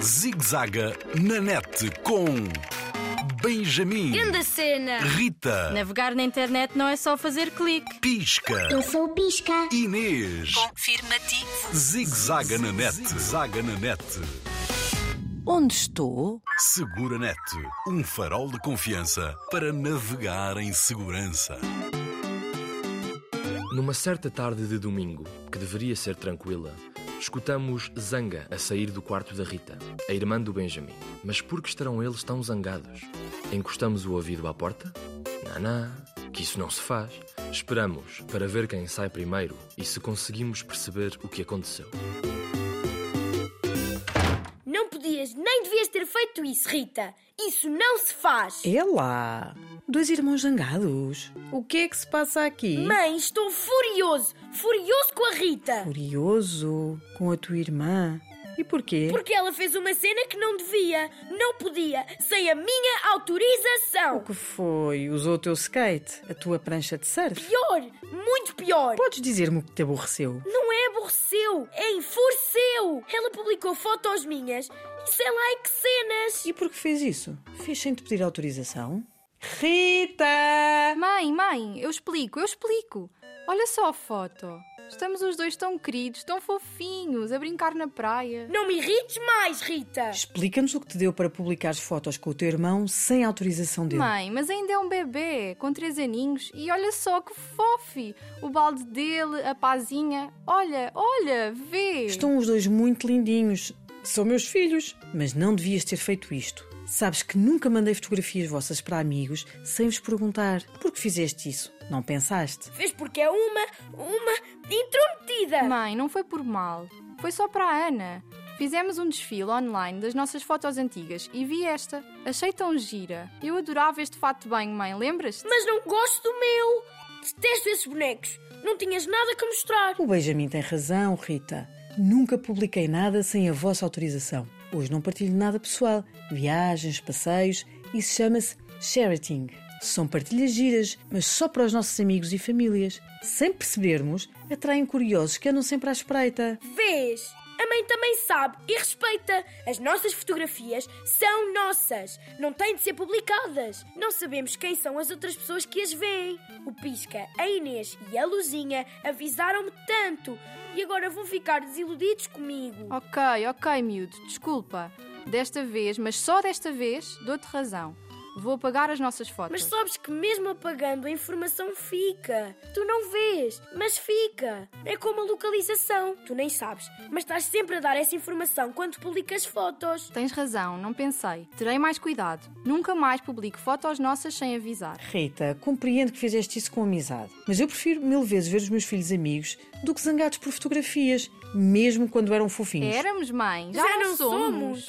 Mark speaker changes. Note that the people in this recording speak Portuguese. Speaker 1: Zigzaga na net com Benjamin,
Speaker 2: Grande cena!
Speaker 1: Rita,
Speaker 2: Navegar na internet não é só fazer clique.
Speaker 1: Pisca,
Speaker 3: Eu sou o Pisca.
Speaker 1: Inês.
Speaker 4: Confirmativo.
Speaker 1: Zigzaga na net, zaga na net.
Speaker 5: Onde estou?
Speaker 1: Segura net, um farol de confiança para navegar em segurança.
Speaker 6: Numa certa tarde de domingo, que deveria ser tranquila, escutamos Zanga a sair do quarto da Rita, a irmã do Benjamin. Mas por que estarão eles tão zangados? Encostamos o ouvido à porta? Naná, que isso não se faz. Esperamos para ver quem sai primeiro e se conseguimos perceber o que aconteceu.
Speaker 7: Não podias nem devias ter feito isso, Rita. Isso não se faz.
Speaker 5: É lá! Dois irmãos zangados. O que é que se passa aqui?
Speaker 7: Mãe, estou furioso. Furioso com a Rita.
Speaker 5: Curioso com a tua irmã. E porquê?
Speaker 7: Porque ela fez uma cena que não devia, não podia, sem a minha
Speaker 5: O
Speaker 7: autorização.
Speaker 5: que foi? Usou o teu skate? A tua prancha de surf?
Speaker 7: Pior, muito pior.
Speaker 5: Podes dizer-me o que te aborreceu?
Speaker 7: Não é aborreceu, é enfureceu. Ela publicou fotos minhas e sei lá é que cenas.
Speaker 5: E por que fez isso? Fez sem te pedir autorização? Rita!
Speaker 8: Ah, Mãe, mãe, eu explico, eu explico. Olha só a foto. Estamos os dois tão queridos, tão fofinhos, a brincar na praia.
Speaker 7: Não me irrites mais, Rita.
Speaker 5: Explica-nos o que te deu para publicar fotos com o teu irmão sem autorização dele.
Speaker 8: Mãe, mas ainda é um bebê, com três aninhos, e olha só que fofi! O balde dele, a pazinha. Olha, olha, vê!
Speaker 5: Estão os dois muito lindinhos. São meus filhos. Mas não devias ter feito isto. Sabes que nunca mandei fotografias vossas para amigos sem vos perguntar por que fizeste isso. Não pensaste?
Speaker 7: Vês porque é uma, uma intrometida.
Speaker 8: Mãe, não foi por mal. Foi só para a Ana. Fizemos um desfile online das nossas fotos antigas e vi esta. Achei tão gira. Eu adorava este fato de banho, mãe, lembras-te?
Speaker 7: Mas não gosto do meu. Detesto esses bonecos. Não tinhas nada que mostrar.
Speaker 5: O Benjamin tem razão, Rita. Nunca publiquei nada sem a vossa autorização. Hoje não partilho nada pessoal. Viagens, passeios. Isso chama-se sharing. São partilhas giras, mas só para os nossos amigos e famílias. Sem percebermos, atraem curiosos que andam sempre à espreita.
Speaker 7: Vês? A mãe também sabe e respeita. As nossas fotografias são nossas. Não têm de ser publicadas. Não sabemos quem são as outras pessoas que as veem. O Pisca, a Inês e a Luzinha avisaram-me tanto e agora vão ficar desiludidos comigo.
Speaker 8: Ok, ok, miúdo, desculpa. Desta vez, mas só desta vez, dou-te razão. Vou apagar as nossas fotos.
Speaker 7: Mas sabes que mesmo apagando a informação fica. Tu não vês, mas fica. É como a localização. Tu nem sabes, mas estás sempre a dar essa informação quando publicas fotos.
Speaker 8: Tens razão, não pensei. Terei mais cuidado. Nunca mais publico fotos nossas sem avisar.
Speaker 5: Rita, compreendo que fizeste isso com amizade, mas eu prefiro mil vezes ver os meus filhos amigos do que zangados por fotografias, mesmo quando eram fofinhos.
Speaker 8: Éramos mãe, já,
Speaker 7: Já não
Speaker 8: somos.
Speaker 7: somos.